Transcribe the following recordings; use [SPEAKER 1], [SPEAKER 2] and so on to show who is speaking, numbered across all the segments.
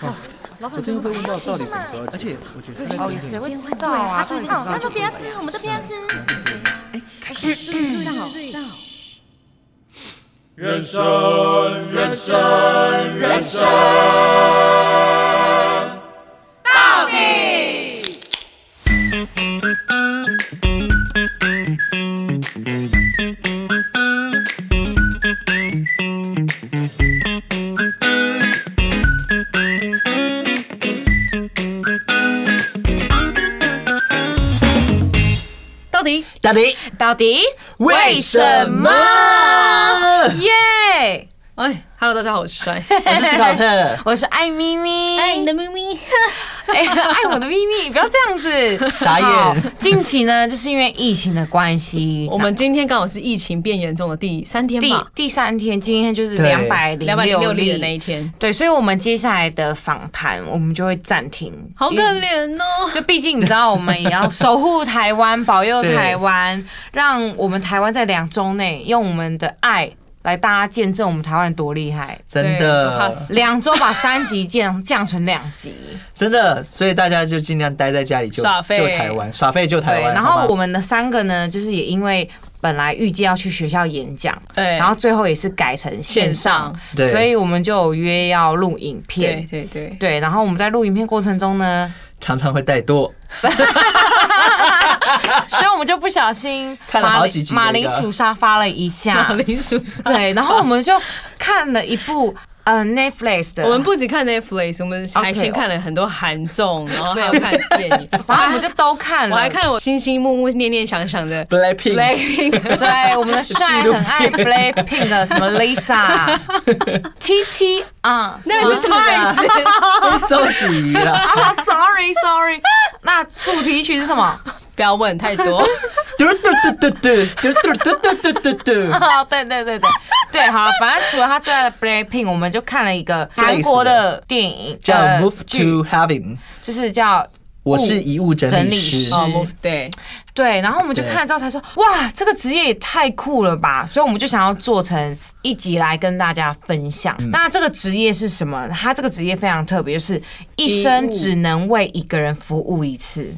[SPEAKER 1] 啊，
[SPEAKER 2] 老
[SPEAKER 1] 昨
[SPEAKER 2] 板
[SPEAKER 1] 天又被问到到底什么时候要
[SPEAKER 3] 而
[SPEAKER 1] 结
[SPEAKER 3] 且
[SPEAKER 1] 婚，
[SPEAKER 3] 我觉得
[SPEAKER 2] 哦
[SPEAKER 3] 他
[SPEAKER 2] 也
[SPEAKER 3] 的
[SPEAKER 2] 谁
[SPEAKER 3] 精
[SPEAKER 2] 会
[SPEAKER 3] 神，
[SPEAKER 2] 知道啊？
[SPEAKER 4] 对
[SPEAKER 2] 到底
[SPEAKER 4] 他
[SPEAKER 2] 是
[SPEAKER 4] 就不要吃，我们都不要吃。
[SPEAKER 2] 这样哦，这样哦。
[SPEAKER 5] 人生，人生，人生。
[SPEAKER 4] 到底
[SPEAKER 3] 到底
[SPEAKER 4] 到底
[SPEAKER 3] 为什么？
[SPEAKER 4] 耶！哎，Hello，大家好，我 是帅，
[SPEAKER 3] 我是史考特，
[SPEAKER 2] 我是爱咪咪，
[SPEAKER 4] 的咪咪。
[SPEAKER 2] 哎爱我的咪咪，不要这样子。
[SPEAKER 3] 傻眼
[SPEAKER 2] 好近期呢，就是因为疫情的关系，
[SPEAKER 4] 我们今天刚好是疫情变严重的第三哦天
[SPEAKER 2] 第
[SPEAKER 4] 吧，
[SPEAKER 2] 第三天，今天就是
[SPEAKER 3] 对
[SPEAKER 2] 两百零
[SPEAKER 4] 两百零
[SPEAKER 2] 六
[SPEAKER 4] 六例的那
[SPEAKER 2] 例。
[SPEAKER 4] 一天，
[SPEAKER 2] 对，所以，我们接下来的访谈，我们就会暂停。
[SPEAKER 4] 好可
[SPEAKER 2] 因为
[SPEAKER 4] 怜哦。
[SPEAKER 2] 就毕竟你知道，我们也要守护台 湾，保佑
[SPEAKER 3] 对
[SPEAKER 2] 台湾，让我们台湾在两周内用我们的爱来大家见证我们台湾人多厉害。
[SPEAKER 3] 真
[SPEAKER 4] 对都怕
[SPEAKER 3] 的
[SPEAKER 4] 死
[SPEAKER 2] 两周把三级降降成两级，
[SPEAKER 3] 真的，所以大家就尽量待在家里救
[SPEAKER 4] 耍废
[SPEAKER 3] 救台湾，耍废救台
[SPEAKER 2] 对。
[SPEAKER 3] 湾。
[SPEAKER 2] 然
[SPEAKER 3] 好
[SPEAKER 2] 后
[SPEAKER 3] 吗
[SPEAKER 2] 我们的三个呢，就是也因为本来预计要去学校演讲，
[SPEAKER 4] 对
[SPEAKER 2] 然后最后也是改成线上，
[SPEAKER 3] 对
[SPEAKER 2] 所以我们就有约要录影
[SPEAKER 4] 对
[SPEAKER 2] 片。
[SPEAKER 4] 对对，
[SPEAKER 2] 对，然后我们在录影片过程中呢，
[SPEAKER 3] 常常会怠惰，
[SPEAKER 2] 所以我们就不小心
[SPEAKER 3] 看了
[SPEAKER 2] 马
[SPEAKER 3] 好
[SPEAKER 2] 铃
[SPEAKER 3] 几集
[SPEAKER 2] 马
[SPEAKER 3] 那
[SPEAKER 2] 铃
[SPEAKER 3] 个
[SPEAKER 2] 薯沙发了一
[SPEAKER 4] 马
[SPEAKER 2] 下，
[SPEAKER 4] 铃薯沙。
[SPEAKER 2] 对，然后我们就看了一部呃 Netflix 的，
[SPEAKER 4] 我们不仅看 Netflix，我们还
[SPEAKER 2] OK
[SPEAKER 4] 先看了很多韩综，然后还有看电影，
[SPEAKER 2] 反正我们就都看了，
[SPEAKER 4] 我还看了我心心目目、念念想想的
[SPEAKER 3] Blackpink
[SPEAKER 4] Blackpink，
[SPEAKER 2] 对，我们的帅很 爱 Blackpink 的什么 Lisa、T T 啊，
[SPEAKER 4] 那个 是 Twice
[SPEAKER 3] 周子瑜啦，
[SPEAKER 2] 啊，sorry sorry，那主题曲是什么？
[SPEAKER 4] 不要问太 多。
[SPEAKER 3] 嘟嘟嘟嘟嘟嘟嘟嘟嘟嘟嘟嘟，
[SPEAKER 2] 啊， 对对对对对，好，反正除了他之外的 Blackpink，我们就看了一个韩国的电影，
[SPEAKER 3] 叫
[SPEAKER 2] 呃
[SPEAKER 3] Move
[SPEAKER 2] 剧
[SPEAKER 3] to Heaven，
[SPEAKER 2] 就是叫。
[SPEAKER 3] 我是遗物整理
[SPEAKER 2] 整理
[SPEAKER 3] 师
[SPEAKER 2] 师。
[SPEAKER 4] 哦，move 对，
[SPEAKER 2] 对，然后我们就看了之后才说，哇，这个职业也太酷了吧！所以我们就想要做成一集来跟大家分享。那这个职业是什么？他这个职业非常特别，就是一
[SPEAKER 4] 义
[SPEAKER 2] 生
[SPEAKER 4] 务
[SPEAKER 2] 只能为一个人服务一次，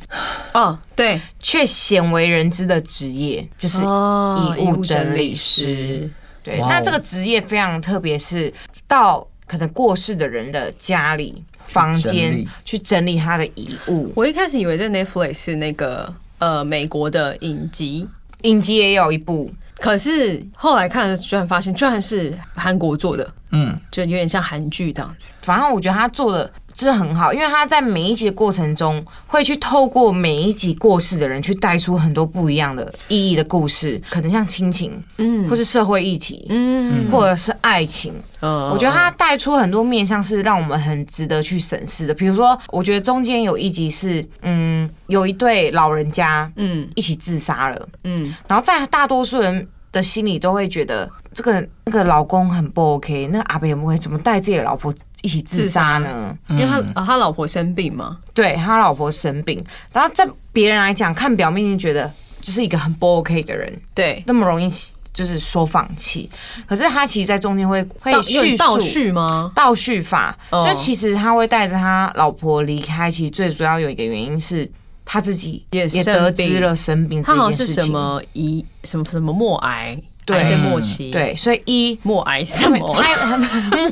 [SPEAKER 4] 哦对，
[SPEAKER 2] 却鲜为人知的职业就是
[SPEAKER 4] 哦
[SPEAKER 2] 遗物整理师。对，
[SPEAKER 3] 哇哦
[SPEAKER 2] 那这个职业非常特别，是到可能过世的人的家里、房间
[SPEAKER 3] 理
[SPEAKER 2] 去整理他的遗物。
[SPEAKER 4] 我一开始以为这 Netflix 是那个呃美国的影集，
[SPEAKER 2] 影集也有一部，
[SPEAKER 4] 可是后来看了，居然发现居然是韩国做的，
[SPEAKER 3] 嗯，
[SPEAKER 4] 就有点像韩剧这样子。
[SPEAKER 2] 反正我觉得他做的就是很好，因为他在每一集的过程中，会去透过每一集过世的人，去带出很多不一样的意义的故事，可能像亲情，
[SPEAKER 4] 嗯
[SPEAKER 2] 或是社会议题，
[SPEAKER 4] 嗯，
[SPEAKER 2] 或者是爱情。
[SPEAKER 4] 呃
[SPEAKER 2] 我觉得他带出很多面向是让我们很值得去审视的。比如说，我觉得中间有一集是，嗯，有一对老人家
[SPEAKER 4] 嗯
[SPEAKER 2] 一起自杀了，
[SPEAKER 4] 嗯
[SPEAKER 2] 然后在大多数人的心里都会觉得这个那个老公很不 OK，那个阿北不会怎么带自己的老婆一起自杀呢？
[SPEAKER 4] 因为他啊他老婆生病嘛，
[SPEAKER 2] 对他老婆生病，然后在别人来讲，看表面就觉得就是一个很不 OK 的人，
[SPEAKER 4] 对，
[SPEAKER 2] 那么容易就是说放弃，可是他其实，在中间会会
[SPEAKER 4] 倒
[SPEAKER 2] 叙
[SPEAKER 4] 有
[SPEAKER 2] 述
[SPEAKER 4] 倒叙吗？
[SPEAKER 2] 倒叙法，
[SPEAKER 4] 哦
[SPEAKER 2] 就其实他会带着他老婆离开，其实最主要有一个原因是他自己
[SPEAKER 4] 也
[SPEAKER 2] 也
[SPEAKER 4] 生
[SPEAKER 2] 得
[SPEAKER 4] 病
[SPEAKER 2] 知了生病
[SPEAKER 4] 他
[SPEAKER 2] 这
[SPEAKER 4] 好
[SPEAKER 2] 件
[SPEAKER 4] 像
[SPEAKER 2] 事
[SPEAKER 4] 是什
[SPEAKER 2] 情，
[SPEAKER 4] 么遗什么什么末癌，
[SPEAKER 2] 对
[SPEAKER 4] 癌症末期，，
[SPEAKER 2] 对，所以一
[SPEAKER 4] 末癌什么？
[SPEAKER 2] 他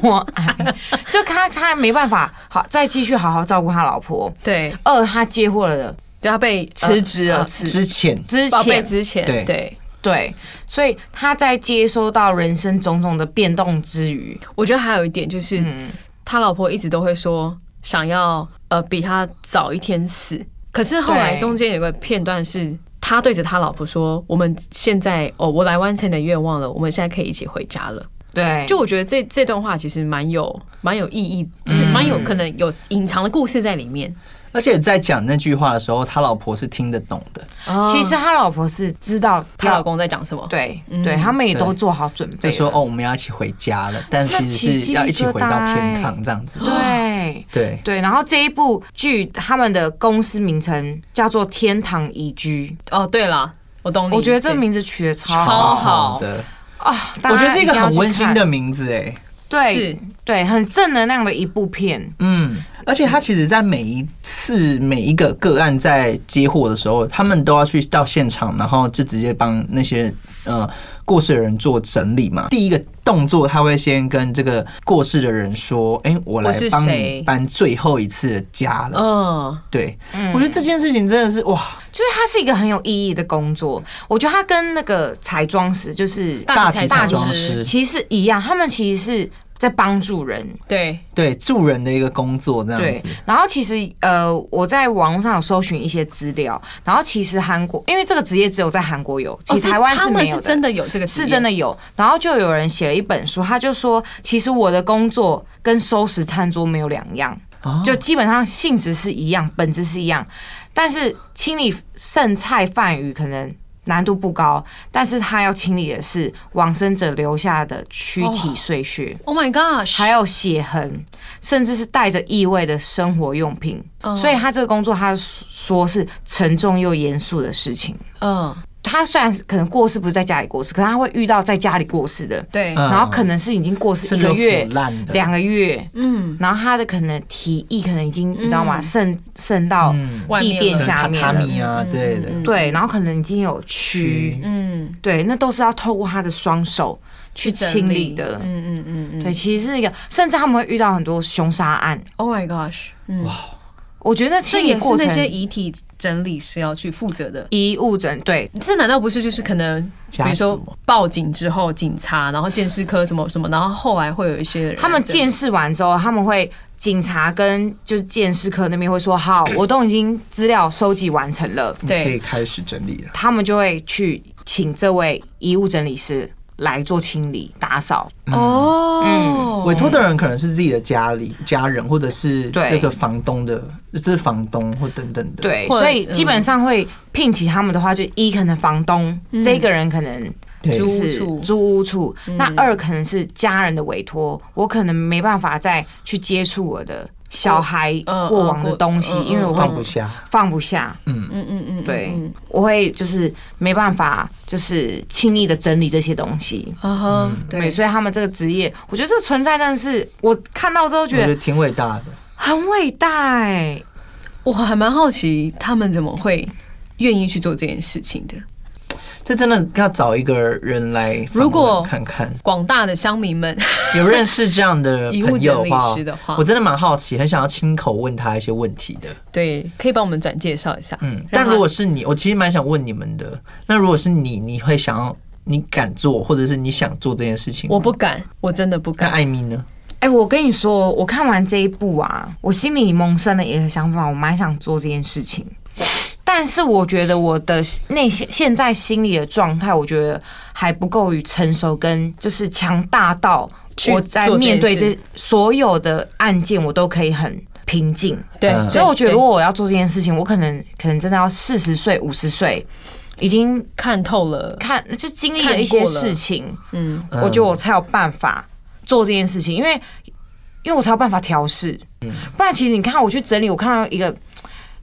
[SPEAKER 2] 默哀，就他他没办法好再继续好好照顾他老婆。
[SPEAKER 4] 对，
[SPEAKER 2] 二他接获了
[SPEAKER 4] 就他被
[SPEAKER 2] 辞职了
[SPEAKER 4] 呃
[SPEAKER 2] 之
[SPEAKER 3] 之前
[SPEAKER 2] 之
[SPEAKER 4] 报备
[SPEAKER 2] 前
[SPEAKER 4] 之前，
[SPEAKER 3] 对
[SPEAKER 4] 对，
[SPEAKER 2] 对，所以他在接收到人生种种的变动之余，
[SPEAKER 4] 我觉得还有一点就是，
[SPEAKER 2] 嗯，
[SPEAKER 4] 他老婆一直都会说想要呃比他早一天死，可是后来
[SPEAKER 2] 对
[SPEAKER 4] 中间有个片段是。他对着他老婆说：“我们现在哦，我来完成你的愿望了，我们现在可以一起回家了。”
[SPEAKER 2] 对，
[SPEAKER 4] 就我觉得这这段话其实蛮有蛮有意义，就是蛮有可能有隐藏的故事在里面。
[SPEAKER 3] 而且在讲那句话的时候，他老婆是听得懂的。
[SPEAKER 2] 其实他老婆是知道
[SPEAKER 4] 她
[SPEAKER 2] 要
[SPEAKER 4] 老公在讲什么？
[SPEAKER 2] 哦对对，他们也
[SPEAKER 3] 嗯
[SPEAKER 2] 都
[SPEAKER 3] 对
[SPEAKER 2] 做好准备
[SPEAKER 3] 就
[SPEAKER 2] 了，
[SPEAKER 3] 说哦，我们要一起回家了，但其实是要一起回到天堂这样子。
[SPEAKER 2] 对。
[SPEAKER 3] 对，
[SPEAKER 2] 对，然后这一部剧他们的公司名称叫做《天堂宜居
[SPEAKER 4] 哦，对了，我懂》，你。
[SPEAKER 2] 我觉得这
[SPEAKER 4] 对
[SPEAKER 2] 名字取得超
[SPEAKER 4] 超
[SPEAKER 2] 好
[SPEAKER 4] 好
[SPEAKER 3] 的，
[SPEAKER 2] 啊！大
[SPEAKER 3] 我觉得
[SPEAKER 2] 家
[SPEAKER 3] 是一个
[SPEAKER 2] 定要
[SPEAKER 3] 很
[SPEAKER 2] 去
[SPEAKER 3] 温馨
[SPEAKER 2] 看
[SPEAKER 3] 的名字哎，
[SPEAKER 2] 对
[SPEAKER 4] 是
[SPEAKER 2] 对，很正能量的一部片，
[SPEAKER 3] 嗯，而且他其实，在每一次每一个个案在接货的时候，他们都要去到现场，然后就直接帮那些呃过世的人做整理嘛。第一个动作，他会先跟这个过世的人说：“哎、我来
[SPEAKER 4] 我是
[SPEAKER 3] 帮你
[SPEAKER 4] 谁
[SPEAKER 3] 搬最后一次的家了。
[SPEAKER 4] 嗯，
[SPEAKER 3] 对，我觉得这件事情真的是哇，
[SPEAKER 2] 就是它是一个很有意义的工作。我觉得它跟那个彩妆师就是
[SPEAKER 4] 大
[SPEAKER 3] 大
[SPEAKER 4] 体
[SPEAKER 3] 体
[SPEAKER 4] 彩
[SPEAKER 3] 彩
[SPEAKER 4] 妆
[SPEAKER 3] 妆
[SPEAKER 4] 师
[SPEAKER 3] 师
[SPEAKER 2] 其实一样，他们其实是在帮助人。
[SPEAKER 4] 对，
[SPEAKER 3] 对助人的一个工作这样
[SPEAKER 2] 对
[SPEAKER 3] 子。，
[SPEAKER 2] 然后其实呃，我在网络上有搜寻一些资料，然后其实韩国因为这个职业只有在韩国有，其
[SPEAKER 4] 哦
[SPEAKER 2] 实台湾
[SPEAKER 4] 他
[SPEAKER 2] 没
[SPEAKER 4] 们
[SPEAKER 2] 有
[SPEAKER 4] 是
[SPEAKER 2] 的。
[SPEAKER 4] 真的有这个职业，
[SPEAKER 2] 是真的有，然后就有人写了一本书，他就说，其实我的工作跟收拾餐桌没有两样，
[SPEAKER 3] 哦
[SPEAKER 2] 就基本上性质是一样，本质是一样，但是清理剩菜饭余可能难度不高，但是他要清理的是往生者留下的躯体碎屑。
[SPEAKER 4] ，Oh my gosh，
[SPEAKER 2] 还有血痕，甚至是带着异味的生活用品
[SPEAKER 4] 哦
[SPEAKER 2] 所以他这个工作，他说是沉重又严肃的事情。
[SPEAKER 4] 嗯，
[SPEAKER 2] 他虽然可能过世不是在家里过世，可是他会遇到在家里过世的，
[SPEAKER 4] 对，
[SPEAKER 3] 嗯
[SPEAKER 2] 然后可能是已经过世
[SPEAKER 3] 甚
[SPEAKER 2] 一
[SPEAKER 3] 至
[SPEAKER 2] 个
[SPEAKER 3] 有
[SPEAKER 2] 月
[SPEAKER 3] 腐、烂的，
[SPEAKER 2] 两个月，
[SPEAKER 4] 嗯，
[SPEAKER 2] 然后他的可能体液可能已经你知道吗，
[SPEAKER 4] 嗯
[SPEAKER 2] 渗渗到
[SPEAKER 3] 嗯
[SPEAKER 4] 外
[SPEAKER 2] 地
[SPEAKER 4] 面
[SPEAKER 2] 垫
[SPEAKER 4] 了
[SPEAKER 2] 下面
[SPEAKER 3] 榻榻
[SPEAKER 2] 了，
[SPEAKER 3] 米啊之类的
[SPEAKER 4] 嗯嗯嗯
[SPEAKER 2] 对，然后可能已经有
[SPEAKER 3] 区
[SPEAKER 2] 蛆，
[SPEAKER 4] 嗯，
[SPEAKER 2] 对，那都是要透过他的双手去
[SPEAKER 4] 整
[SPEAKER 2] 清理的
[SPEAKER 4] 嗯。嗯嗯嗯，
[SPEAKER 2] 对，其实是一个，甚至他们会遇到很多凶杀案。
[SPEAKER 4] ，Oh my gosh，嗯，
[SPEAKER 2] 我觉得
[SPEAKER 4] 这
[SPEAKER 2] 清理
[SPEAKER 4] 也是
[SPEAKER 2] 过
[SPEAKER 4] 那些
[SPEAKER 2] 程，
[SPEAKER 4] 遗体整理师要去负责的。
[SPEAKER 2] 遗物整对
[SPEAKER 4] 这难道不是就是可能，比
[SPEAKER 3] 家
[SPEAKER 4] 如说
[SPEAKER 3] 属嘛
[SPEAKER 4] 报警之后，警察，然后鉴识科什么什么，然后后来会有一些人
[SPEAKER 2] 他们见识完之后，他们会警察跟就是鉴识科那边会说，好，我都已经资料收集完成了，
[SPEAKER 4] 对
[SPEAKER 3] 可以开始整理了。
[SPEAKER 2] 他们就会去请这位遗物整理师来做清理打扫。
[SPEAKER 4] 哦，
[SPEAKER 3] 嗯委托的人可能是自己的家里家人，或者是
[SPEAKER 2] 对
[SPEAKER 3] 这个房东的，这是房东或等等的。，
[SPEAKER 2] 对，
[SPEAKER 4] 或者
[SPEAKER 2] 所以基本上会聘请他们的话，就一可能房东、这个人可能
[SPEAKER 3] 对
[SPEAKER 2] 就
[SPEAKER 4] 嗯租屋
[SPEAKER 2] 是
[SPEAKER 4] 处嗯
[SPEAKER 2] 租屋处，那二可能是家人的委托，我可能没办法再去接触我的小孩
[SPEAKER 4] 嗯
[SPEAKER 2] 过往的
[SPEAKER 4] 过
[SPEAKER 2] 东西，
[SPEAKER 4] 嗯嗯
[SPEAKER 2] 因为我会
[SPEAKER 3] 放不下。
[SPEAKER 2] 放不下，
[SPEAKER 4] 嗯嗯嗯，
[SPEAKER 2] 对，我会就是没办法，就是轻易的整理这些东西。
[SPEAKER 4] 啊哈，
[SPEAKER 3] 嗯
[SPEAKER 2] 对，
[SPEAKER 4] 对，
[SPEAKER 2] 所以他们这个职业，我觉得这个存在真的是我看到之后
[SPEAKER 3] 我
[SPEAKER 2] 觉
[SPEAKER 3] 觉
[SPEAKER 2] 得
[SPEAKER 3] 得挺伟大的，
[SPEAKER 2] 很伟大哎、
[SPEAKER 4] 我还蛮好奇他们怎么会愿意去做这件事情的。
[SPEAKER 3] 这真的要找一个人来访问
[SPEAKER 4] 如果
[SPEAKER 3] 看看
[SPEAKER 4] 广大的乡民们，
[SPEAKER 3] 有认识这样 的
[SPEAKER 4] 遗物
[SPEAKER 3] 呃朋友
[SPEAKER 4] 整
[SPEAKER 3] 的
[SPEAKER 4] 理
[SPEAKER 3] 话
[SPEAKER 4] 师，的话
[SPEAKER 3] 我，真的蛮好奇，很想要亲口问他一些问题的。
[SPEAKER 4] 对，可以帮我们转介绍一下。
[SPEAKER 3] 嗯，
[SPEAKER 4] 让
[SPEAKER 3] 但
[SPEAKER 4] 他
[SPEAKER 3] 如果是你，我其实蛮想问你们的。那如果是你，你会想要，你敢做，或者是你想做这件事情吗？
[SPEAKER 4] 我不敢，我真的不
[SPEAKER 3] 那
[SPEAKER 4] 敢。
[SPEAKER 3] 艾米呢？
[SPEAKER 2] 哎、我跟你说，我看完这一部啊，我心里萌生了一个想法，我蛮想做这件事情。但是我觉得我的内心现在心里的状态，我觉得还不够于成熟，跟就是强大到
[SPEAKER 4] 去
[SPEAKER 2] 我在
[SPEAKER 4] 做这件
[SPEAKER 2] 面对
[SPEAKER 4] 事
[SPEAKER 2] 这所有的案件，我都可以很平静。
[SPEAKER 4] 对，
[SPEAKER 3] 嗯
[SPEAKER 4] 对
[SPEAKER 2] 所以我觉得，
[SPEAKER 4] 对
[SPEAKER 2] 如果我要做这件事情，我可能可能真的要四十岁、五十岁，已经
[SPEAKER 4] 看透了，
[SPEAKER 2] 看就经历
[SPEAKER 4] 看
[SPEAKER 2] 了一些
[SPEAKER 4] 过了
[SPEAKER 2] 事情，
[SPEAKER 4] 嗯，
[SPEAKER 2] 我觉得我才有办法做这件事情，因为因为我才有办法调试。
[SPEAKER 4] 嗯
[SPEAKER 2] 不然其实你看我去整理，我看到一个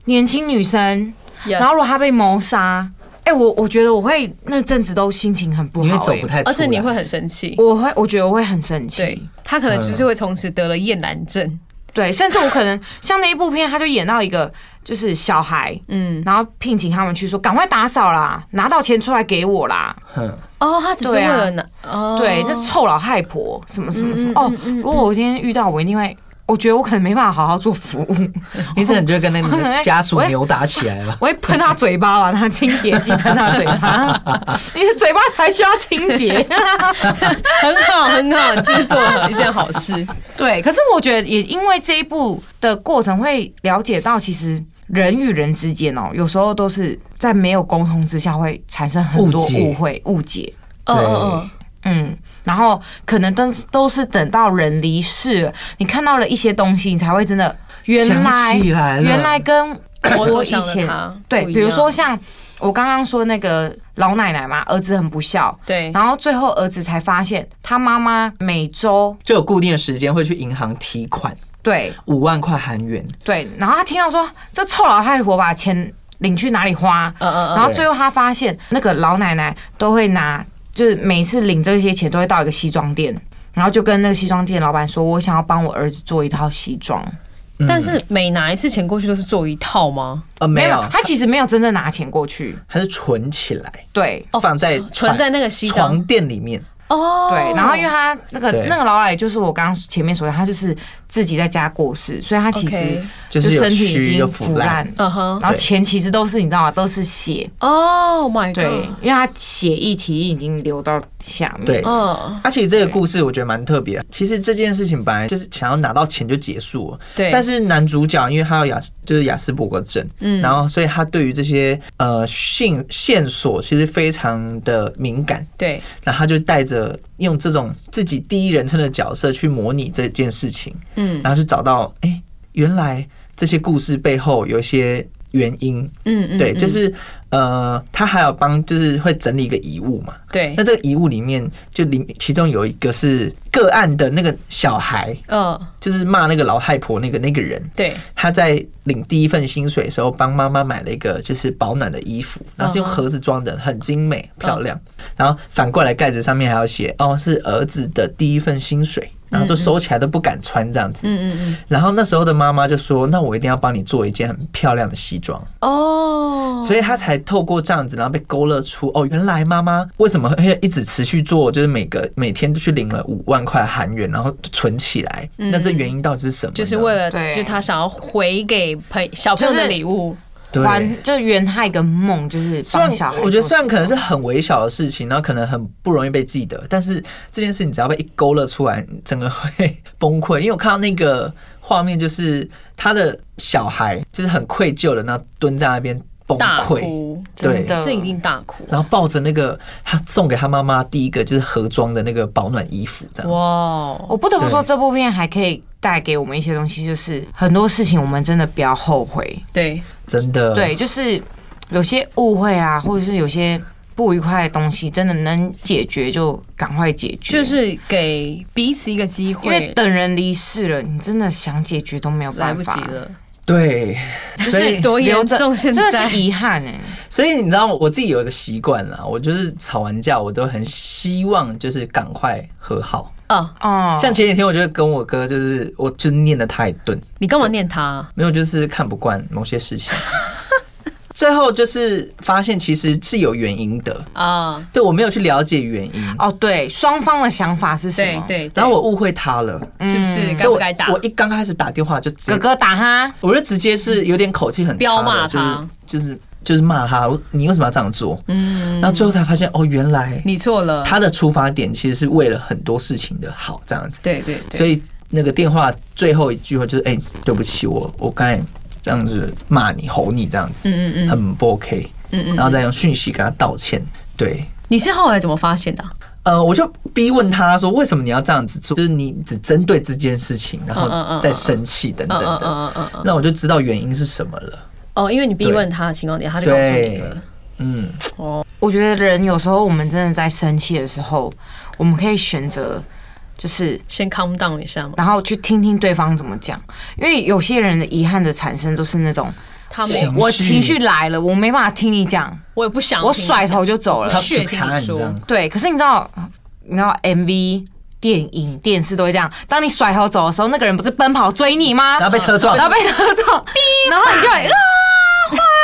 [SPEAKER 2] 年轻女生，然后如果她被谋杀，哎、我我觉得我会那阵子都心情很不
[SPEAKER 3] 你会
[SPEAKER 2] 好、
[SPEAKER 3] 走
[SPEAKER 2] 哎
[SPEAKER 3] 不太出
[SPEAKER 4] 而
[SPEAKER 3] 来，
[SPEAKER 4] 且你会很生气，
[SPEAKER 2] 我会我觉得我会很生气，
[SPEAKER 4] 对他可能
[SPEAKER 3] 嗯
[SPEAKER 4] 就是会从此得了厌男症，
[SPEAKER 2] 对，甚至我可能像那一部片，他就演到一个就是小孩。
[SPEAKER 4] 嗯，
[SPEAKER 2] 然后聘请他们去说，赶快打扫啦，拿到钱出来给我啦。
[SPEAKER 3] 嗯
[SPEAKER 4] 哦，他只是
[SPEAKER 2] 对
[SPEAKER 4] 为
[SPEAKER 2] 啊
[SPEAKER 4] 了男，哦，
[SPEAKER 2] 对，那臭老害婆什么什么什么。
[SPEAKER 4] 嗯嗯嗯
[SPEAKER 2] 哦，如果我今天遇到，我一定会，我觉得我可能没办法好好做服务。 。
[SPEAKER 3] 你只能就跟那个家属扭打起来了
[SPEAKER 2] 我会喷他嘴巴吧，拿清洁剂喷他嘴巴， 你的嘴巴才需要清洁。
[SPEAKER 4] 很好，很好，你这是做了一件好 事，
[SPEAKER 2] 对，可是我觉得也因为这一步的过程，会了解到其实人与人之间哦，有时候都是在没有沟通之下会产生很多
[SPEAKER 3] 误解
[SPEAKER 2] 误会、误解。
[SPEAKER 4] 哦哦
[SPEAKER 2] 嗯，然后可能都都是等到人离世了，你看到了一些东西，你才会真的 原来
[SPEAKER 3] 想起来了
[SPEAKER 2] 原来跟
[SPEAKER 4] 哦，
[SPEAKER 2] 我
[SPEAKER 4] 所
[SPEAKER 2] 以
[SPEAKER 4] 想的
[SPEAKER 2] 前
[SPEAKER 4] 他
[SPEAKER 2] 对，
[SPEAKER 4] 不一
[SPEAKER 2] 比如
[SPEAKER 4] 样
[SPEAKER 2] 说像我刚刚说那个老奶奶嘛，儿子很不孝，
[SPEAKER 4] 对，
[SPEAKER 2] 然后最后儿子才发现他妈妈每周
[SPEAKER 3] 就有固定的时间会去银行提款
[SPEAKER 2] 对
[SPEAKER 3] 五万块韩元，
[SPEAKER 2] 对，然后他听到说这臭老太婆把钱领去哪里花，
[SPEAKER 4] 嗯嗯
[SPEAKER 2] 然
[SPEAKER 4] 嗯，
[SPEAKER 2] 后最后他发现那个老奶奶都会拿，就是每次领这些钱都会到一个西装店。然后就跟那个西装店老板说，我想要帮我儿子做一套西装，
[SPEAKER 3] 嗯
[SPEAKER 4] 嗯但是每拿一次钱过去都是做一套吗？
[SPEAKER 3] 呃没有，
[SPEAKER 2] 他其实没有真正拿钱过去，
[SPEAKER 3] 它是存起来，
[SPEAKER 2] 对。
[SPEAKER 3] 哦放在
[SPEAKER 4] 哦存存在那个西
[SPEAKER 3] 床
[SPEAKER 4] 装
[SPEAKER 3] 垫里面。
[SPEAKER 4] 哦
[SPEAKER 2] 对，然后因为他那个
[SPEAKER 3] 对
[SPEAKER 2] 那个老奶，就是我刚刚前面所说，他就是自己在家过世，所以他其实
[SPEAKER 4] OK
[SPEAKER 3] 就是有
[SPEAKER 2] 身体
[SPEAKER 3] 蛆
[SPEAKER 2] 已
[SPEAKER 3] 有
[SPEAKER 2] 经
[SPEAKER 3] 腐
[SPEAKER 2] 腐烂
[SPEAKER 3] 烂，哦
[SPEAKER 4] 嗯哼，
[SPEAKER 2] 然后钱其实都是你知道吗？都是血，
[SPEAKER 4] 哦 my
[SPEAKER 2] 对
[SPEAKER 4] god，，
[SPEAKER 2] 因为他血液体液已经流到下面，
[SPEAKER 3] 对
[SPEAKER 4] 嗯，
[SPEAKER 3] 而且啊这个故事我觉得蛮特别的。其实这件事情本来就是想要拿到钱就结束了，
[SPEAKER 4] 对，
[SPEAKER 3] 但是男主角因为他有雅就是雅斯伯格症，
[SPEAKER 4] 嗯
[SPEAKER 3] 然后所以他对于这些呃性线索其实非常的敏感，
[SPEAKER 4] 对，
[SPEAKER 3] 那他就带着用这种自己第一人称的角色去模拟这件事情，
[SPEAKER 4] 嗯
[SPEAKER 3] 然后去找到哎、诶原来这些故事背后有一些原因，
[SPEAKER 4] 嗯嗯，
[SPEAKER 3] 对，
[SPEAKER 4] 嗯
[SPEAKER 3] 就是呃，他还有帮就是会整理一个遗物嘛，
[SPEAKER 4] 嗯对
[SPEAKER 3] 那，这个遗物里面就里其中有一个是个案的那个小孩，
[SPEAKER 4] 嗯
[SPEAKER 3] 就是骂那个老太婆那个那个人，
[SPEAKER 4] 对，
[SPEAKER 3] 他在领第一份薪水的时候，帮妈妈买了一个就是保暖的衣服，然后是用盒子装的，很精美漂亮。然后反过来盖子上面还要写哦，是儿子的第一份薪水，然后就收起来都不敢穿这样子。
[SPEAKER 4] 嗯嗯
[SPEAKER 3] 然后那时候的妈妈就说：“那我一定要帮你做一件很漂亮的西装。”
[SPEAKER 4] 嗯，哦，
[SPEAKER 3] 所以他才透过这样子，然后被勾勒出哦，原来妈妈为什么会一直持续做，就是每个每天都去领了五万块韩元，然后存起来。
[SPEAKER 4] 嗯
[SPEAKER 3] 那这原因到底是什么呢？
[SPEAKER 4] 就是为了，
[SPEAKER 2] 对
[SPEAKER 4] 就是他想要回给朋小朋友
[SPEAKER 2] 就
[SPEAKER 4] 的
[SPEAKER 2] 是
[SPEAKER 4] 礼物，
[SPEAKER 3] 对
[SPEAKER 2] 还就圆他一个梦，就是
[SPEAKER 3] 虽然
[SPEAKER 2] 帮小孩。
[SPEAKER 3] 我觉得虽然可能
[SPEAKER 4] 哦
[SPEAKER 3] 是很微小的事情，然后可能很不容易被记得，但是这件事情只要被一勾勒出来，整个会崩溃。因为我看到那个画面，就是他的小孩就是很愧疚的，那蹲在那边崩
[SPEAKER 4] 大
[SPEAKER 3] 溃，
[SPEAKER 4] 哭，
[SPEAKER 3] 对
[SPEAKER 2] 真的
[SPEAKER 4] 这一定大哭，
[SPEAKER 3] 然后抱着那个他送给他妈妈第一个就是盒装的那个保暖衣服，这样子。
[SPEAKER 4] 哇，哦
[SPEAKER 2] 我不得不说，
[SPEAKER 3] 对
[SPEAKER 2] 这部片还可以带给我们一些东西，就是很多事情我们真的不要后悔。
[SPEAKER 4] 对，
[SPEAKER 3] 真的，
[SPEAKER 2] 对，就是有些误会啊，或者是有些不愉快的东西，真的能解决就赶快解决。
[SPEAKER 4] 就是给彼此一个机
[SPEAKER 2] 因为
[SPEAKER 4] 会，
[SPEAKER 2] 等人离世了，你真的想解决都没有
[SPEAKER 4] 来
[SPEAKER 2] 办
[SPEAKER 4] 不及
[SPEAKER 2] 法，
[SPEAKER 4] 了，
[SPEAKER 3] 对，所以
[SPEAKER 4] 多严
[SPEAKER 2] 留着
[SPEAKER 4] 重，现
[SPEAKER 2] 真的
[SPEAKER 4] 在
[SPEAKER 2] 是遗憾哎、
[SPEAKER 3] 所以你知道我自己有一个习惯啦，我就是吵完架，我都很希望就是赶快和好。
[SPEAKER 4] 啊，
[SPEAKER 2] 哦，
[SPEAKER 3] 像前几天我就跟我哥，就是我就念了他一顿，
[SPEAKER 4] 你干嘛念他？啊
[SPEAKER 3] 没有就是看不惯某些事 情，最后就是发现其实是有原因的，
[SPEAKER 4] 啊，
[SPEAKER 3] 对我没有去了解原因，
[SPEAKER 2] 哦，对，双方的想法是什
[SPEAKER 4] 对
[SPEAKER 2] 么？，
[SPEAKER 4] 对，对
[SPEAKER 3] 然后我误会他了，
[SPEAKER 4] 是不
[SPEAKER 3] 所以
[SPEAKER 4] 是该不
[SPEAKER 3] 我
[SPEAKER 4] 该打？
[SPEAKER 3] 我一刚开始打电话就直
[SPEAKER 2] 哥哥打他，
[SPEAKER 3] 我就直接是有点口气很差
[SPEAKER 4] 彪骂
[SPEAKER 3] 的，就
[SPEAKER 4] 他
[SPEAKER 3] 是就是就是骂他，我你为什么要这样做？
[SPEAKER 4] 嗯，
[SPEAKER 3] 然后最后才发现哦，原来
[SPEAKER 4] 你错了，
[SPEAKER 3] 他的出发点其实是为了很多事情的好这样子，
[SPEAKER 4] 对对对，
[SPEAKER 3] 所以那个电话最后一句话就是哎、对不起，我我刚才这样子骂你吼你这样子，
[SPEAKER 4] 嗯嗯嗯
[SPEAKER 3] 很不 OK，
[SPEAKER 4] 嗯嗯，
[SPEAKER 3] 然后再用讯息跟他道歉，对。
[SPEAKER 4] 你是后来怎么发现的啊？
[SPEAKER 3] 呃，我就逼问他说，为什么你要这样子做？就是你只针对这件事情，然
[SPEAKER 4] 嗯嗯嗯
[SPEAKER 3] 后
[SPEAKER 4] 嗯
[SPEAKER 3] 再生气等等
[SPEAKER 4] 嗯嗯
[SPEAKER 3] 的。
[SPEAKER 4] 嗯嗯嗯嗯，
[SPEAKER 3] 那我就知道原因是什么了。
[SPEAKER 4] 哦，因为你逼
[SPEAKER 3] 对
[SPEAKER 4] 问他的情况底下，他就告诉你
[SPEAKER 3] 对
[SPEAKER 4] 了，，
[SPEAKER 3] 嗯，
[SPEAKER 4] 哦，
[SPEAKER 2] 我觉得人有时候我们真的在生气的时候，我们可以选择就是。
[SPEAKER 4] 先 calm down 一下嘛，
[SPEAKER 2] 然后去听听对方怎么讲，因为有些人的遗憾的产生都是那种
[SPEAKER 4] 他没有
[SPEAKER 3] 情，
[SPEAKER 2] 我
[SPEAKER 3] 绪
[SPEAKER 2] 情绪来了，我没办法听你讲，
[SPEAKER 4] 我也不想听
[SPEAKER 2] 我
[SPEAKER 4] 你讲，
[SPEAKER 2] 甩头就走了
[SPEAKER 4] 他。
[SPEAKER 3] 去
[SPEAKER 4] 确定
[SPEAKER 3] 看
[SPEAKER 4] 说
[SPEAKER 3] 这样。
[SPEAKER 2] 对，可是你知道，你知道 MV、电影、电视都会这样，当你甩头走的时候，那个人不是奔跑追你吗？
[SPEAKER 3] 然后被车撞
[SPEAKER 2] 然，后被车撞，然后你就会啊，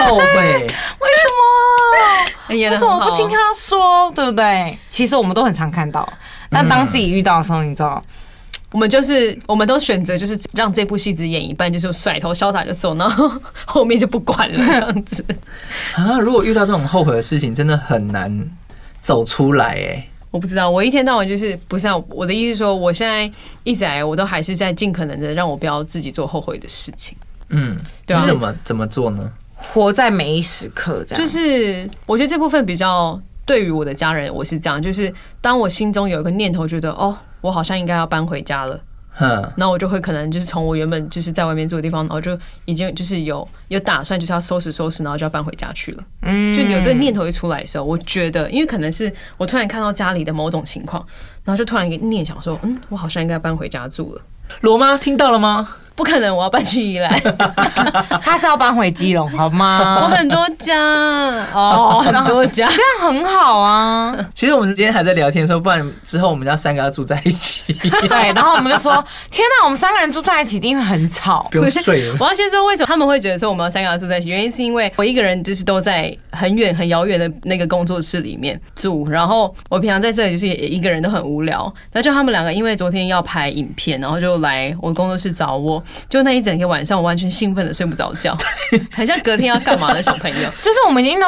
[SPEAKER 3] 后 悔。
[SPEAKER 2] 为 什么？
[SPEAKER 4] 哎，演
[SPEAKER 2] 为
[SPEAKER 4] 的
[SPEAKER 2] 什么不听他说？对不对？其实我们都很常看到，但当自己
[SPEAKER 4] 嗯
[SPEAKER 2] 遇到的时候，你知道，
[SPEAKER 4] 我们就是，我们都选择就是让这部戏只演一半，就是甩头潇洒就走，然后后面就不管了这样子。
[SPEAKER 3] 啊，如果遇到这种后悔的事情，真的很难走出来哎、
[SPEAKER 4] 我不知道，我一天到晚就是不是啊？我的意思是说，我现在一直来，我都还是在尽可能的让我不要自己做后悔的事情。
[SPEAKER 3] 嗯，
[SPEAKER 4] 对啊
[SPEAKER 3] 是怎么怎么做呢？
[SPEAKER 2] 活在每一时刻，这样
[SPEAKER 4] 就是我觉得这部分比较对于我的家人，我是这样，就是当我心中有一个念头，觉得哦，我好像应该要搬回家了。
[SPEAKER 3] 哼，
[SPEAKER 4] 那我就会可能就是从我原本就是在外面住的地方，然后就已经就是有有打算，就是要收拾收拾，然后就要搬回家去了。嗯，就你有这个念头一出来的时候，我觉得，因为可能是我突然看到家里的某种情况，然后就突然一个念想说，嗯，我好像应该搬回家住了。
[SPEAKER 3] 罗妈听到了吗？
[SPEAKER 4] 不可能，我要搬去宜兰，
[SPEAKER 2] 他是要搬回基隆好
[SPEAKER 4] 我
[SPEAKER 2] 吗？
[SPEAKER 4] 很多家哦，很多家。
[SPEAKER 2] 这样很好 啊。
[SPEAKER 3] 其实我们今天还在聊天说，不然之后我们要三个要住在一 起，
[SPEAKER 2] 对，然后我们就说：“天哪，我们三个人住在一起一定会很吵。
[SPEAKER 3] 不用睡了。
[SPEAKER 4] 我要先说为什么他们会觉得说我们要三个人住在一起，原因是因为我一个人就是都在很远很遥远的那个工作室里面住，然后我平常在这里就是也一个人都很无聊。那就他们两个因为昨天要拍影片，然后就来我工作室找我，就那一整个晚上我完全兴奋的睡不着觉，很像隔天要干嘛的小朋友。”
[SPEAKER 2] 就是我们已经都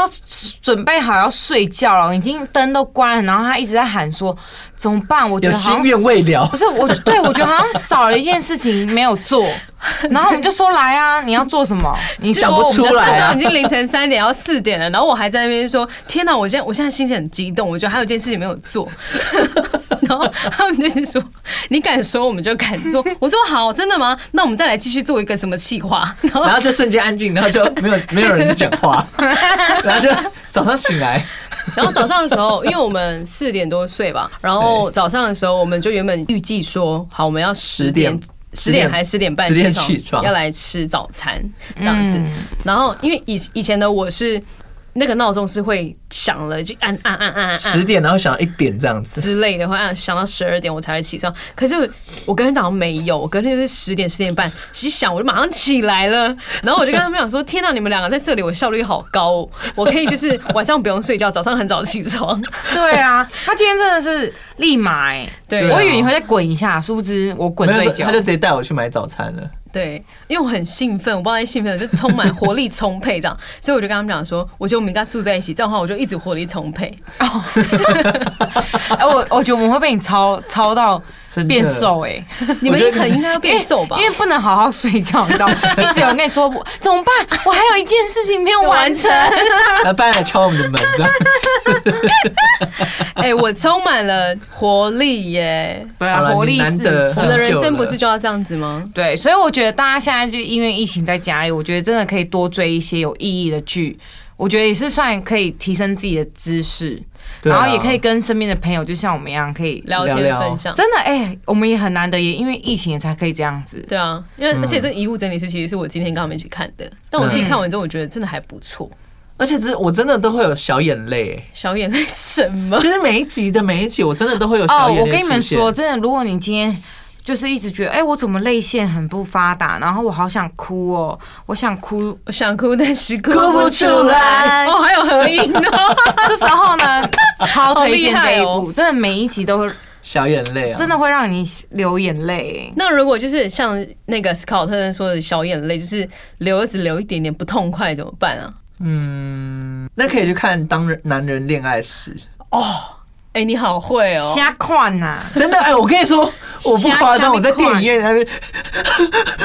[SPEAKER 2] 准备好要睡觉了，已经灯都关了，然后他一直在喊说：“怎么办？”我觉
[SPEAKER 3] 有
[SPEAKER 2] 得好
[SPEAKER 3] 心
[SPEAKER 2] 像
[SPEAKER 3] 愿未了
[SPEAKER 2] 不，是我，对我觉得好像少了一件事情没有 做。然后我们就说：“来啊，你要做什么？”你
[SPEAKER 3] 想
[SPEAKER 2] 说
[SPEAKER 3] 不
[SPEAKER 2] 我们
[SPEAKER 3] 出
[SPEAKER 2] 的
[SPEAKER 3] 来
[SPEAKER 4] 那时
[SPEAKER 3] 啊
[SPEAKER 4] 候已经凌晨三点要四点了，然后我还在那边说：“天哪，我现在我现在心情很激动，我觉得还有一件事情没有做。” 然后他们就是说：“你敢说我们就敢做。”我说：“好，真的吗？那我们再来继续做一个什么企划？”然后
[SPEAKER 3] 然后就瞬间安静，然后就没有没有人在讲 话，然后就早上醒来，
[SPEAKER 4] 然后早上的时候，因为我们四点多睡吧，然后早上的时候我们就原本预计说，好，我们要十点
[SPEAKER 3] 10。
[SPEAKER 4] 十点还是十点半
[SPEAKER 3] 10点
[SPEAKER 4] 起
[SPEAKER 3] 起床
[SPEAKER 4] 要来吃早餐这样子。然后因为以以前的我是那个闹钟是会响了就按按按
[SPEAKER 2] 嗯
[SPEAKER 4] 按按
[SPEAKER 3] 十点然后想到一点这样子，
[SPEAKER 4] 之类的，会按想到十二点我才会起床。可是我我隔天早上没有，我隔天就是十点十点半一想我就马上起来了，然后我就跟他们讲说：“天呐，你们两个在这里，我效率好高、哦，我可以就是晚上不用睡觉，早上很早起床。
[SPEAKER 2] 对啊，他今天真的是立马哎、
[SPEAKER 4] 对啊
[SPEAKER 2] 我以为你会再滚一下，殊不知我滚
[SPEAKER 3] 啊没
[SPEAKER 2] 最
[SPEAKER 3] 有，
[SPEAKER 2] 久。
[SPEAKER 3] 他就直接带我去买早餐了。”
[SPEAKER 4] 对，因为我很兴奋，我不知道在兴奋的，就充满活力充沛这样，所以我就跟他们讲说：“我觉得我们应该住在一起，这样的话我就一直活力充沛。
[SPEAKER 2] 哦哎、我我觉得我们会被你操操到
[SPEAKER 3] 真的
[SPEAKER 2] 变瘦哎、
[SPEAKER 4] 你们很应该要变瘦吧
[SPEAKER 2] 因为？”因为不能好好睡觉，你知道吗？ 一直有人跟你说我怎么办？我还有一件事情没有完成。
[SPEAKER 3] 来，半夜来敲我们的门，这样
[SPEAKER 4] 哎、我充满了活力耶！
[SPEAKER 2] 对
[SPEAKER 3] 好
[SPEAKER 2] 啊，
[SPEAKER 3] 了
[SPEAKER 2] 活
[SPEAKER 3] 你
[SPEAKER 2] 力
[SPEAKER 3] 难
[SPEAKER 2] 四
[SPEAKER 3] 得
[SPEAKER 4] 我
[SPEAKER 2] 射。
[SPEAKER 4] 们的
[SPEAKER 3] 很
[SPEAKER 4] 人
[SPEAKER 3] 久
[SPEAKER 4] 生不
[SPEAKER 3] 了
[SPEAKER 4] 是就要这样子吗？
[SPEAKER 2] 对，所以我觉得大家现在就因为疫情在家里，我觉得真的可以多追一些有意义的剧。我觉得也是算可以提升自己的知识，
[SPEAKER 3] 对啊
[SPEAKER 2] 然后也可以跟身边的朋友，就像我们一样，可以
[SPEAKER 4] 聊天
[SPEAKER 3] 聊聊
[SPEAKER 4] 分享，
[SPEAKER 2] 真的哎、我们也很难得，也因为疫情也才可以这样子。
[SPEAKER 4] 对啊，因为而且这个遗物整理师其实是我今天跟他们一起看的，
[SPEAKER 2] 嗯
[SPEAKER 4] 但我自己看完之后，我觉得真的还不错。
[SPEAKER 3] 而且这我真的都会有小眼 泪，
[SPEAKER 4] 小眼泪什么？
[SPEAKER 3] 就是每一集的每一集，我真的都会有
[SPEAKER 2] 哦，
[SPEAKER 3] 小眼
[SPEAKER 2] 我
[SPEAKER 3] 泪。
[SPEAKER 2] 跟你们说，，真的，如果你今天就是一直觉得，哎、我怎么泪腺很不发达，然后我好想哭哦，我 想哭，
[SPEAKER 4] 我想哭，但是哭
[SPEAKER 2] 哭
[SPEAKER 4] 不
[SPEAKER 2] 不
[SPEAKER 4] 出
[SPEAKER 2] 出
[SPEAKER 4] 来。
[SPEAKER 2] 来
[SPEAKER 4] 哦，还有合影呢。
[SPEAKER 2] 这时候呢，超推荐这一
[SPEAKER 4] 好厉
[SPEAKER 3] 哦
[SPEAKER 2] 部，真的每一集都会
[SPEAKER 3] 小眼泪啊，
[SPEAKER 2] 真的会让你流眼泪、
[SPEAKER 4] 那如果就是像那个斯考特说的小眼泪，就是流只流一点点不痛快怎么办啊？
[SPEAKER 3] 嗯，那可以去看《当人男人恋爱时》，
[SPEAKER 4] 哎，你好会哦，
[SPEAKER 2] 瞎看呐、
[SPEAKER 3] 真的哎、我跟你说，我不夸张，我在电影院那边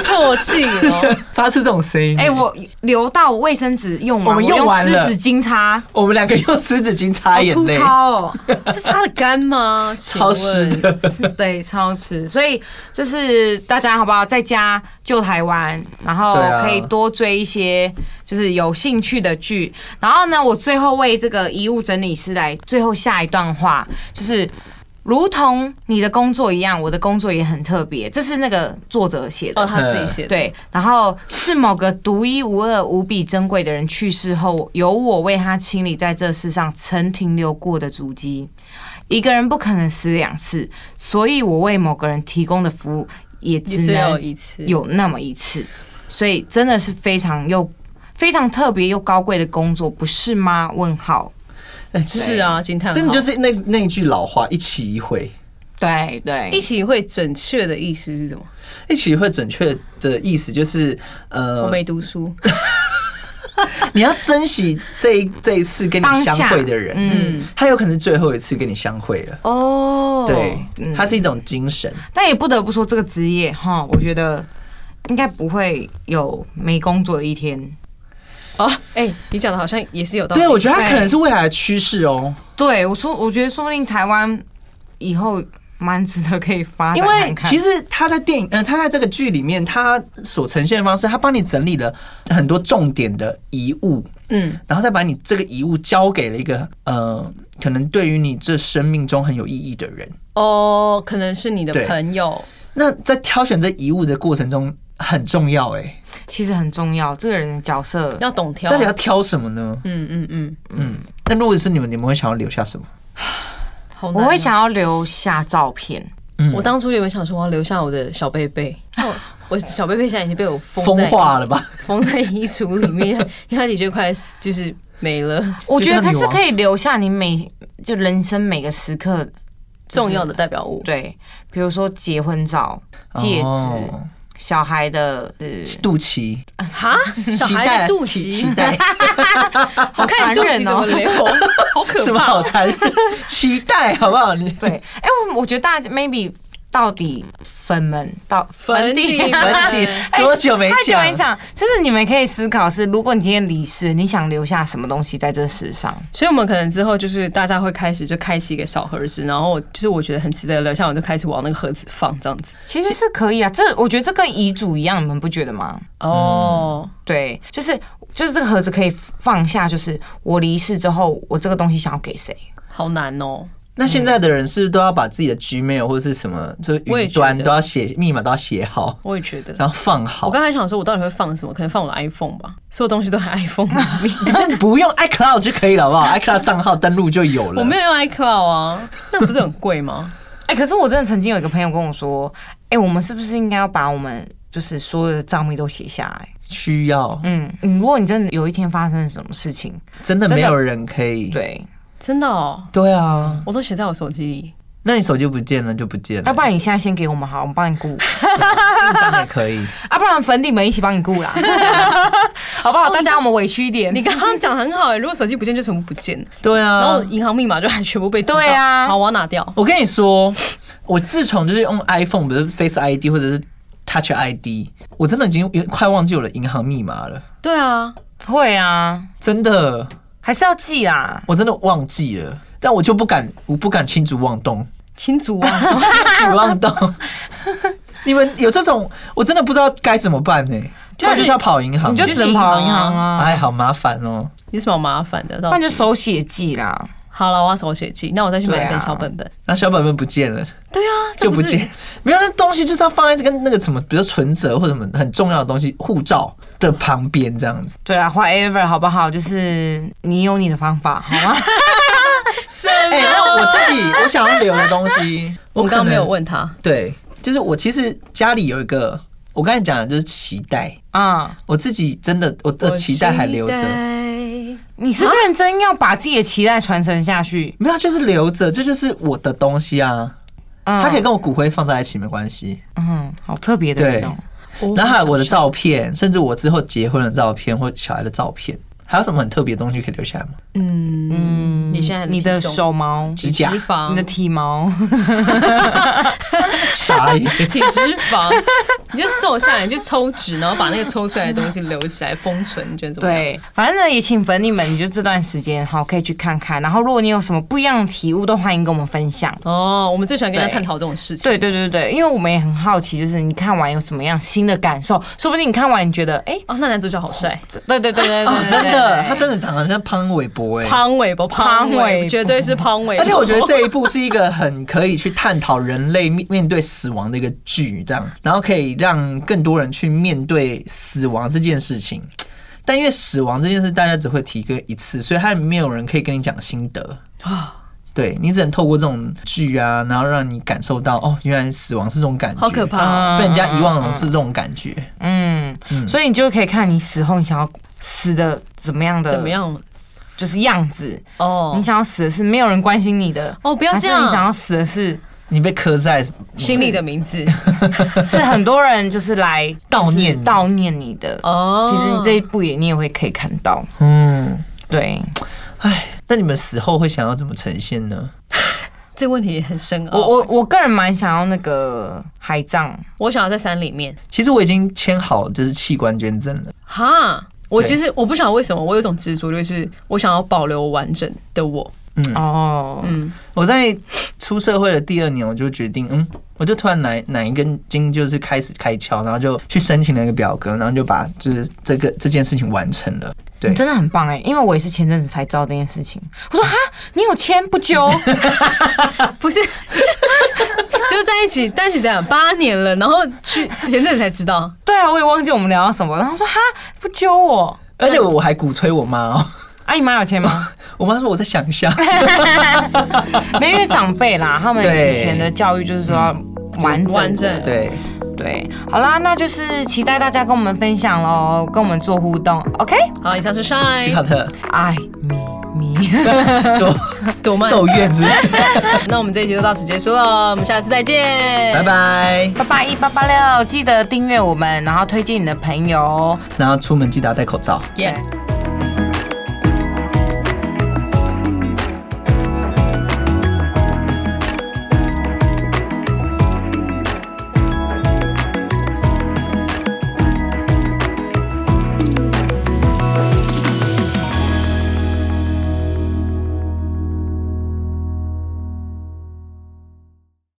[SPEAKER 4] 啜泣 哦。
[SPEAKER 3] 发出这种声音。
[SPEAKER 2] 哎、我流到卫生纸用完，
[SPEAKER 3] 嗯我们用
[SPEAKER 2] 用
[SPEAKER 3] 完了
[SPEAKER 2] 湿纸巾擦，
[SPEAKER 3] 我们两个用湿纸巾擦
[SPEAKER 2] 好
[SPEAKER 3] 眼
[SPEAKER 2] 粗
[SPEAKER 3] 泪，
[SPEAKER 2] 糙哦，
[SPEAKER 4] 是擦的干吗？
[SPEAKER 3] 超湿
[SPEAKER 4] 请问。
[SPEAKER 3] 的。
[SPEAKER 2] 对，超吃。所以就是大家好不好，在家救台湾，然后
[SPEAKER 3] 对啊
[SPEAKER 2] 可以多追一些就是有兴趣的剧。然后呢，我最后为这个遗物整理师来最后下一段话，就是。如同你的工作一样，我的工作也很特别。这是那个作者写的
[SPEAKER 4] 哦，他自己写的。
[SPEAKER 2] 对，然后是某个独一无二、无比珍贵的人去世后，由我为他清理在这世上曾停留过的足迹。一个人不可能死两次，所以我为某个人提供的服务也
[SPEAKER 4] 也
[SPEAKER 2] 只
[SPEAKER 4] 只有
[SPEAKER 2] 能
[SPEAKER 4] 一次。
[SPEAKER 2] 有那么一次。所以真的是非常又非常特别又高贵的工作，不是吗？问号。
[SPEAKER 3] 哎
[SPEAKER 4] 是，啊，惊叹号。
[SPEAKER 3] 真的就是那那一句老话，一期一会，
[SPEAKER 2] 对对，
[SPEAKER 4] 一起会准确的意思是什么？
[SPEAKER 3] 一期一会准确的意思就是，
[SPEAKER 4] 我
[SPEAKER 3] 呃，
[SPEAKER 4] 没读书。
[SPEAKER 3] 你要珍惜这一这一次跟你相会的人，
[SPEAKER 2] 当下
[SPEAKER 3] 嗯
[SPEAKER 4] 嗯，
[SPEAKER 3] 他有可能是最后一次跟你相会了。
[SPEAKER 4] 哦，
[SPEAKER 3] 对，
[SPEAKER 2] 嗯
[SPEAKER 3] 它是一种精神，
[SPEAKER 2] 但也不得不说，这个职业哈，我觉得应该不会有没工作的一天。
[SPEAKER 4] 哦，哎、你讲的好像也是有道理。
[SPEAKER 3] 对我觉得它可能是未来的趋势哦，
[SPEAKER 2] 对，我说，我觉得说不定台湾以后蛮值得可以 发展
[SPEAKER 3] 因
[SPEAKER 2] 看
[SPEAKER 3] 为
[SPEAKER 2] 看。
[SPEAKER 3] 其实他在电影，呃，他在这个剧里面，他所呈现的方式，他帮你整理了很多重点的遗物，
[SPEAKER 4] 嗯，
[SPEAKER 3] 然后再把你这个遗物交给了一个呃，可能对于你这生命中很有意义的人。
[SPEAKER 4] 哦，可能是你的
[SPEAKER 3] 对
[SPEAKER 4] 朋友，
[SPEAKER 3] 那在挑选这遗物的过程中，很重要哎、
[SPEAKER 2] 其实很重要，这个人的角色
[SPEAKER 4] 要懂挑
[SPEAKER 3] 到。底要挑什么呢？
[SPEAKER 4] 嗯嗯啊嗯，
[SPEAKER 3] 那如果是你们，你们会想要留下什么？
[SPEAKER 4] 好
[SPEAKER 2] 我
[SPEAKER 4] 难哦
[SPEAKER 2] 会想要留下照片，
[SPEAKER 3] 嗯
[SPEAKER 4] 我当初原本想说我要留下我的小 贝贝，但我我小贝贝现在已经被我封
[SPEAKER 3] 风
[SPEAKER 4] 在
[SPEAKER 3] 化了吧？
[SPEAKER 4] 封在衣橱里面，因为它的确快就是没了
[SPEAKER 2] 我觉得
[SPEAKER 3] 就像
[SPEAKER 2] 可
[SPEAKER 3] 女
[SPEAKER 2] 是
[SPEAKER 3] 王
[SPEAKER 2] 可以留下你每就人生每个时刻
[SPEAKER 4] 重要的代表物。
[SPEAKER 2] 对，比如说结婚照、戒指、
[SPEAKER 3] 哦
[SPEAKER 2] 小孩的，呃
[SPEAKER 3] 肚脐、
[SPEAKER 4] 哈，小
[SPEAKER 3] 脐
[SPEAKER 4] 孩
[SPEAKER 3] 带
[SPEAKER 4] 的
[SPEAKER 3] 啊、
[SPEAKER 4] 肚
[SPEAKER 3] 脐脐
[SPEAKER 4] 脐，
[SPEAKER 3] 带，
[SPEAKER 4] 我看你肚脐怎么
[SPEAKER 2] 好残
[SPEAKER 4] 留，好
[SPEAKER 3] 什
[SPEAKER 4] 可
[SPEAKER 3] 么
[SPEAKER 4] 怕
[SPEAKER 3] 哦好。残忍？脐带好不好？ 你
[SPEAKER 2] 对，哎、我我觉得大家 maybe 到底粉们到
[SPEAKER 4] 粉底
[SPEAKER 2] 们
[SPEAKER 3] 文体
[SPEAKER 4] 哎
[SPEAKER 3] 多久没
[SPEAKER 2] 太久
[SPEAKER 3] 讲
[SPEAKER 2] 没？讲，就是你们可以思考是，如果你今天离世，你想留下什么东西在这世上？
[SPEAKER 4] 所以，我们可能之后就是大家会开始就开启一个小盒子，然后就是我觉得很值得留下，我就开始往那个盒子放这样子。
[SPEAKER 2] 其实是可以啊，这我觉得这跟遗嘱一样，你们不觉得吗？
[SPEAKER 3] 嗯
[SPEAKER 4] 哦，
[SPEAKER 2] 对，就是就是这个盒子可以放下，就是我离世之后，我这个东西想要给谁？
[SPEAKER 4] 好难哦。
[SPEAKER 3] 那现在的人是不是都要把自己的 Gmail 或者是什么，就是
[SPEAKER 4] 我也
[SPEAKER 3] 云
[SPEAKER 4] 觉
[SPEAKER 3] 端
[SPEAKER 4] 得
[SPEAKER 3] 都要写密码都要写好，
[SPEAKER 4] 我也觉得。
[SPEAKER 3] 然后放好
[SPEAKER 4] 我。刚才想说，我到底会放什么？可能放我的 iPhone 吧，所有东西都在 iPhone 里面。
[SPEAKER 3] 哎那你不用 iCloud 就可以了，好不 好？iCloud 账号登录就有了。
[SPEAKER 4] 我没有用 iCloud 啊，那不是很贵吗？
[SPEAKER 2] 哎、可是我真的曾经有一个朋友跟我说，哎、我们是不是应该要把我们就是所有的账密都写下来？
[SPEAKER 3] 需要，
[SPEAKER 2] 嗯，嗯如果你真的有一天发生了什么事情，
[SPEAKER 3] 真的
[SPEAKER 2] 真的
[SPEAKER 3] 没有人可以。
[SPEAKER 2] 对，
[SPEAKER 4] 真的哦，
[SPEAKER 3] 对啊，
[SPEAKER 4] 我都写在我手机里。
[SPEAKER 3] 那你手机不见了就不见了，
[SPEAKER 2] 要不然你现在先给我们好，我们帮你顾，
[SPEAKER 3] 印章也可以。
[SPEAKER 2] 啊，不然粉底们一起帮你顾啦， 好不好？大家我们委屈一点
[SPEAKER 4] 你。刚刚讲得很好哎、如果手机不见就全部不见了，
[SPEAKER 3] 对
[SPEAKER 4] 然后
[SPEAKER 3] 啊，
[SPEAKER 4] 银行密码就还全部被知道
[SPEAKER 2] 对啊
[SPEAKER 4] 好，我要拿掉。
[SPEAKER 3] 我跟你说，我自从就是用 iPhone，不是 Face ID 或者是 Touch ID，我真的已经有快忘记我的银行密码了。
[SPEAKER 4] 对啊，
[SPEAKER 2] 会啊，
[SPEAKER 3] 真的，
[SPEAKER 2] 还是要记啦。
[SPEAKER 3] 我真的忘记了，但我就不敢，我不敢轻举妄 动，
[SPEAKER 4] 新竹啊，
[SPEAKER 3] 轻举妄动。 你们有这种，我真的不知道该怎么办呢、
[SPEAKER 4] 就
[SPEAKER 3] 就是就是要跑银行，
[SPEAKER 2] 你就只能跑银行啊，
[SPEAKER 3] 哎，好麻烦哦。
[SPEAKER 4] 有什么麻烦的？
[SPEAKER 2] 不
[SPEAKER 4] 到
[SPEAKER 2] 然
[SPEAKER 4] 底
[SPEAKER 2] 就手写记啦。
[SPEAKER 4] 好了，我要手写记，那我再去买一
[SPEAKER 2] 对
[SPEAKER 4] 本
[SPEAKER 2] 啊
[SPEAKER 4] 小本本。
[SPEAKER 3] 然后小本本不见了，
[SPEAKER 4] 对啊，这
[SPEAKER 3] 就不
[SPEAKER 4] 是
[SPEAKER 3] 见，没有那东西就是要放在跟那个什么，比如说存折或者什么很重要的东西，护照的旁边这 样子。
[SPEAKER 2] 对啊，whatever 好不好？就是你有你的方法，好吗？
[SPEAKER 3] 哎、那我自己我想要留的东西，
[SPEAKER 4] 我刚
[SPEAKER 3] 可
[SPEAKER 4] 刚
[SPEAKER 3] 能
[SPEAKER 4] 没有。问他，
[SPEAKER 3] 对，就是我其实家里有一个，我刚才讲的就是脐带，
[SPEAKER 2] 啊，
[SPEAKER 3] 我自己真的我的脐带还留
[SPEAKER 4] 期
[SPEAKER 3] 着，
[SPEAKER 4] 待
[SPEAKER 2] 你是认真要把自己的期待传承下去。
[SPEAKER 3] 没有啊就是留着，这就是我的东西啊。
[SPEAKER 2] 嗯
[SPEAKER 3] 它可以跟我骨灰放在一起没关系。
[SPEAKER 2] 嗯，好特别的人哦。
[SPEAKER 3] 然后还有我的，照片，甚至我之后结婚的照片或小孩的照片，还有什么很特别的东西可以留下来吗？
[SPEAKER 4] 嗯，
[SPEAKER 2] 嗯
[SPEAKER 4] 你现在的
[SPEAKER 2] 你的
[SPEAKER 4] 体重
[SPEAKER 2] 手毛、
[SPEAKER 3] 指甲
[SPEAKER 4] 脂肪
[SPEAKER 2] 你的体毛，
[SPEAKER 3] 啥也
[SPEAKER 4] 体脂肪，你就瘦下来，你就抽脂，然后把那个抽出来的东西留起来封存，你觉得怎么样？
[SPEAKER 2] 对，反正呢也请粉你们，你就这段时间好可以去看看。然后如果你有什么不一样的体悟，都欢迎跟我们分享。
[SPEAKER 4] 哦，我们最喜欢跟他
[SPEAKER 2] 对
[SPEAKER 4] 探讨这种事情。
[SPEAKER 2] 对对对对，因为我们也很好奇，就是你看完有什么样新的感受？说不定你看完你觉得，哎、
[SPEAKER 4] 哦，那男主角好帅，
[SPEAKER 2] 对对对对对
[SPEAKER 3] 哦，
[SPEAKER 2] 对
[SPEAKER 3] 真的，他
[SPEAKER 2] 对
[SPEAKER 3] 真的长得像潘玮柏哎。
[SPEAKER 4] 潘玮柏，潘
[SPEAKER 2] 潘玮
[SPEAKER 4] 玮
[SPEAKER 2] 柏
[SPEAKER 4] 绝对是潘玮柏。
[SPEAKER 3] 而且我觉得这一部是一个很可以去探讨人类面面对死亡的一个剧，这样，然后可以让更多人去面对死亡这件事情。但因为死亡这件事，大家只会提个一次，所以他也没有人可以跟你讲心得
[SPEAKER 4] 啊
[SPEAKER 3] 啊。对你只能透过这种剧啊，然后让你感受到哦，原来死亡是这种感觉，
[SPEAKER 4] 好可怕
[SPEAKER 2] 嗯
[SPEAKER 4] 哦，
[SPEAKER 3] 被人家遗忘了是这种感觉。
[SPEAKER 2] 嗯，
[SPEAKER 3] 嗯
[SPEAKER 2] 所以你就可以看你死后你想要死的怎么嗯样的，
[SPEAKER 4] 怎么样？
[SPEAKER 2] 就是样子。你
[SPEAKER 4] 哦
[SPEAKER 2] 想要死的是没有人关心你的，
[SPEAKER 4] 哦，不要
[SPEAKER 2] 还
[SPEAKER 4] 这
[SPEAKER 2] 是你想
[SPEAKER 4] 样，
[SPEAKER 2] 要死的是
[SPEAKER 3] 你被刻在
[SPEAKER 4] 心里的名字
[SPEAKER 2] 是很多人就是来就
[SPEAKER 3] 悼
[SPEAKER 2] 是
[SPEAKER 3] 念你
[SPEAKER 2] 悼念你的。
[SPEAKER 4] 哦。
[SPEAKER 2] 其实你这一部也你也会可以看到，
[SPEAKER 3] 嗯，
[SPEAKER 2] 对，
[SPEAKER 3] 那你们死后会想要怎么呈现呢？
[SPEAKER 4] 这问题很深奥。
[SPEAKER 2] 我我我个人蛮想要那个海葬，
[SPEAKER 4] 我想要在山里面
[SPEAKER 3] 其实我已经签好就是器官捐赠了。
[SPEAKER 4] 哈。我
[SPEAKER 3] 对
[SPEAKER 4] 其实我不晓得为什么，我有一种执着，就是我想要保留完整的我。
[SPEAKER 3] 嗯，
[SPEAKER 2] 哦，
[SPEAKER 4] 嗯，
[SPEAKER 3] 我在出社会的第二年，我就决定，嗯，我就突然哪哪一根筋就是开始开窍，然后就去申请了一个表格，然后就把就是这个这件事情完成了。对
[SPEAKER 2] 你真的很棒哎、因为我也是前阵子才知道这件事情。我
[SPEAKER 4] 嗯
[SPEAKER 2] 说哈，你有签不 揪？
[SPEAKER 4] 不是， 就在一起，在一起这样八年了，然后去前阵子才知道，
[SPEAKER 2] 对啊，我也忘记我们聊到什么。然后说哈，不揪我。
[SPEAKER 3] 而且我还鼓吹我妈哦，
[SPEAKER 2] 啊，你妈有签吗？
[SPEAKER 3] 我妈说我在想一
[SPEAKER 2] 哎
[SPEAKER 3] 下，
[SPEAKER 2] 没，因为长辈啦，他们
[SPEAKER 3] 对
[SPEAKER 2] 以前的教育就是说要完整
[SPEAKER 4] 完整
[SPEAKER 2] 的
[SPEAKER 3] 对，
[SPEAKER 2] 对，好啦，那就是期待大家跟我们分享喽，跟我们做互动，OK？
[SPEAKER 4] 好，以上是
[SPEAKER 3] 是考
[SPEAKER 4] Shine
[SPEAKER 3] 特
[SPEAKER 2] 爱咪咪，
[SPEAKER 3] 多
[SPEAKER 4] 朵曼，
[SPEAKER 3] 奏乐之类的，
[SPEAKER 4] 那我们这一集就到此结束了，我们下次再见，
[SPEAKER 3] 拜。拜。
[SPEAKER 2] 八八一八八六，记得订阅我们，然后推荐你的朋友哦。
[SPEAKER 3] 然后出门记得要戴口罩。
[SPEAKER 4] Yes。